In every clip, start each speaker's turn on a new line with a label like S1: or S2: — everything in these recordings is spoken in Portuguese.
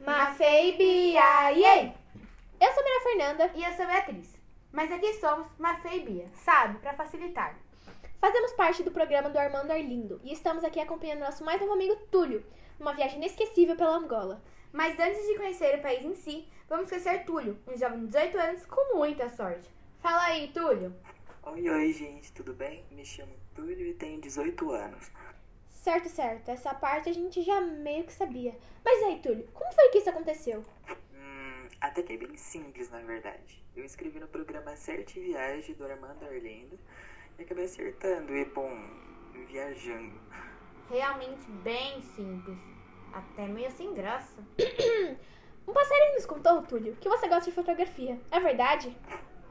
S1: Macei Bia, e aí?
S2: Eu sou a Mira Fernanda.
S1: E eu sou Beatriz. Mas aqui somos Macei Bia, sabe? Pra facilitar.
S2: Fazemos parte do programa do Armando Arlindo e estamos aqui acompanhando nosso mais novo amigo Túlio, numa viagem inesquecível pela Angola.
S1: Mas antes de conhecer o país em si, vamos conhecer Túlio, um jovem de 18 anos com muita sorte. Fala aí, Túlio.
S3: Oi, oi, gente, tudo bem? Me chamo Túlio e tenho 18 anos.
S2: Certo, certo, essa parte a gente já meio que sabia. Mas aí, Túlio, como foi que isso aconteceu?
S3: Hum, até que é bem simples, na verdade. Eu escrevi no programa Certe Viagem do Armando Arlindo e acabei acertando e, bom, viajando.
S1: Realmente bem simples. Até meio sem graça.
S2: Um passarinho nos contou, Túlio, que você gosta de fotografia. É verdade?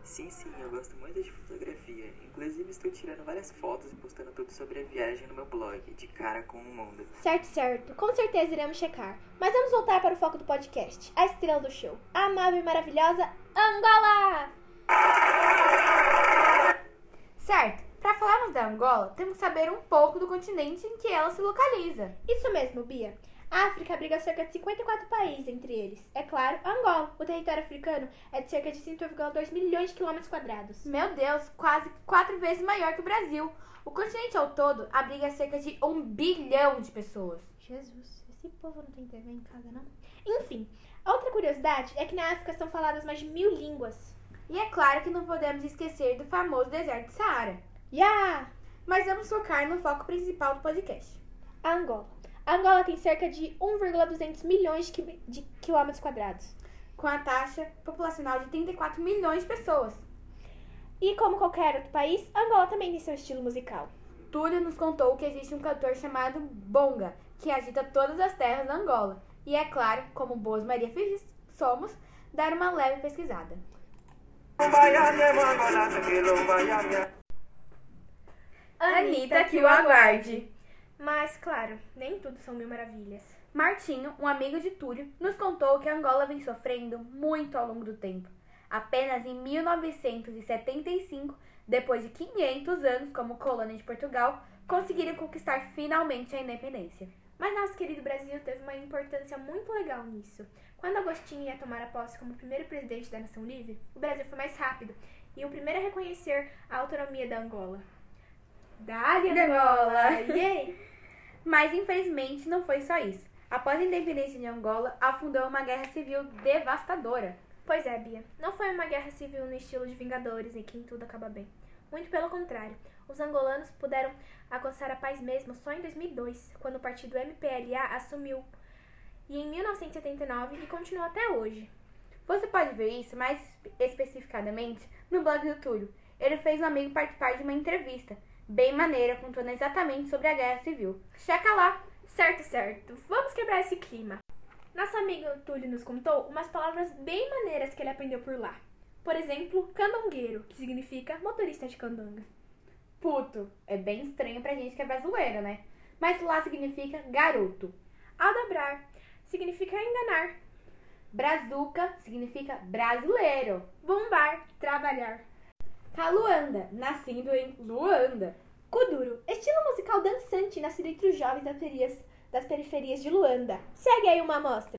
S3: Sim, sim, eu gosto muito de fotografia. Inclusive, estou tirando várias fotos e postando tudo sobre a viagem no meu blog, De Cara com o Mundo.
S2: Certo, certo. Com certeza iremos checar. Mas vamos voltar para o foco do podcast. A estrela do show. A amável e maravilhosa Angola!
S1: Certo, pra falarmos da Angola, temos que saber um pouco do continente em que ela se localiza.
S2: Isso mesmo, Bia. A África abriga cerca de 54 países, entre eles, é claro, Angola. O território africano é de cerca de 5,2 milhões de quilômetros quadrados.
S1: Meu Deus, quase quatro vezes maior que o Brasil. O continente ao todo abriga cerca de um bilhão de pessoas.
S2: Jesus, esse povo não tem TV em casa, não? Enfim, a outra curiosidade é que na África são faladas mais de mil línguas.
S1: E é claro que não podemos esquecer do famoso deserto de Saara.
S2: Ya!
S1: Mas vamos focar no foco principal do podcast.
S2: A Angola. A Angola tem cerca de 1,200 milhões de qui- de quilômetros quadrados.
S1: com a taxa populacional de 34 milhões de pessoas.
S2: E como qualquer outro país, Angola também tem seu estilo musical.
S1: Túlio nos contou que existe um cantor chamado Bonga, que agita todas as terras da Angola. E é claro, como boas Maria Feliz somos, dar uma leve pesquisada. Anitta que o aguarde!
S2: Mas, claro, nem tudo são mil maravilhas.
S1: Martinho, um amigo de Túlio, nos contou que a Angola vem sofrendo muito ao longo do tempo. Apenas em 1975, depois de 500 anos como colônia de Portugal, conseguiram conquistar finalmente a independência.
S2: Mas nosso querido Brasil teve uma importância muito legal nisso. Quando Agostinho ia tomar a posse como primeiro presidente da Nação Livre, o Brasil foi mais rápido e o primeiro a reconhecer a autonomia da Angola. Dali
S1: Da
S2: Angola!
S1: Angola.
S2: Yay!
S1: Mas infelizmente não foi só isso. Após a independência de Angola, afundou uma guerra civil devastadora.
S2: Pois é, Bia, não foi uma guerra civil no estilo de Vingadores em que tudo acaba bem. Muito pelo contrário, os angolanos puderam alcançar a paz mesmo só em 2002, quando o partido MPLA assumiu, e em 1979 e continua até hoje.
S1: Você pode ver isso mais espe- especificadamente no blog do Túlio. Ele fez um amigo participar de uma entrevista, bem maneira, contando exatamente sobre a guerra civil. Checa lá!
S2: Certo, certo. Vamos quebrar esse clima. Nosso amigo Túlio nos contou umas palavras bem maneiras que ele aprendeu por lá. Por exemplo, candongueiro, que significa motorista de candonga.
S1: Puto. É bem estranho pra gente que é brasileira, né? Mas lá significa garoto.
S2: Aldabrar, significa enganar.
S1: Brazuca significa brasileiro.
S2: Bombar, trabalhar.
S1: Caluanda, nascido em Luanda.
S2: Kuduro, estilo musical dançante nascido entre os jovens das periferias, das periferias de Luanda. Segue aí uma amostra.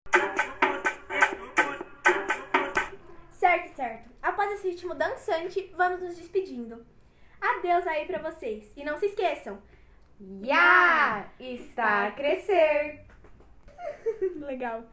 S2: Certo, certo. Após esse ritmo dançante, vamos nos despedindo. Adeus aí pra vocês. E não se esqueçam.
S1: Ya! Está a crescer!
S2: Legal.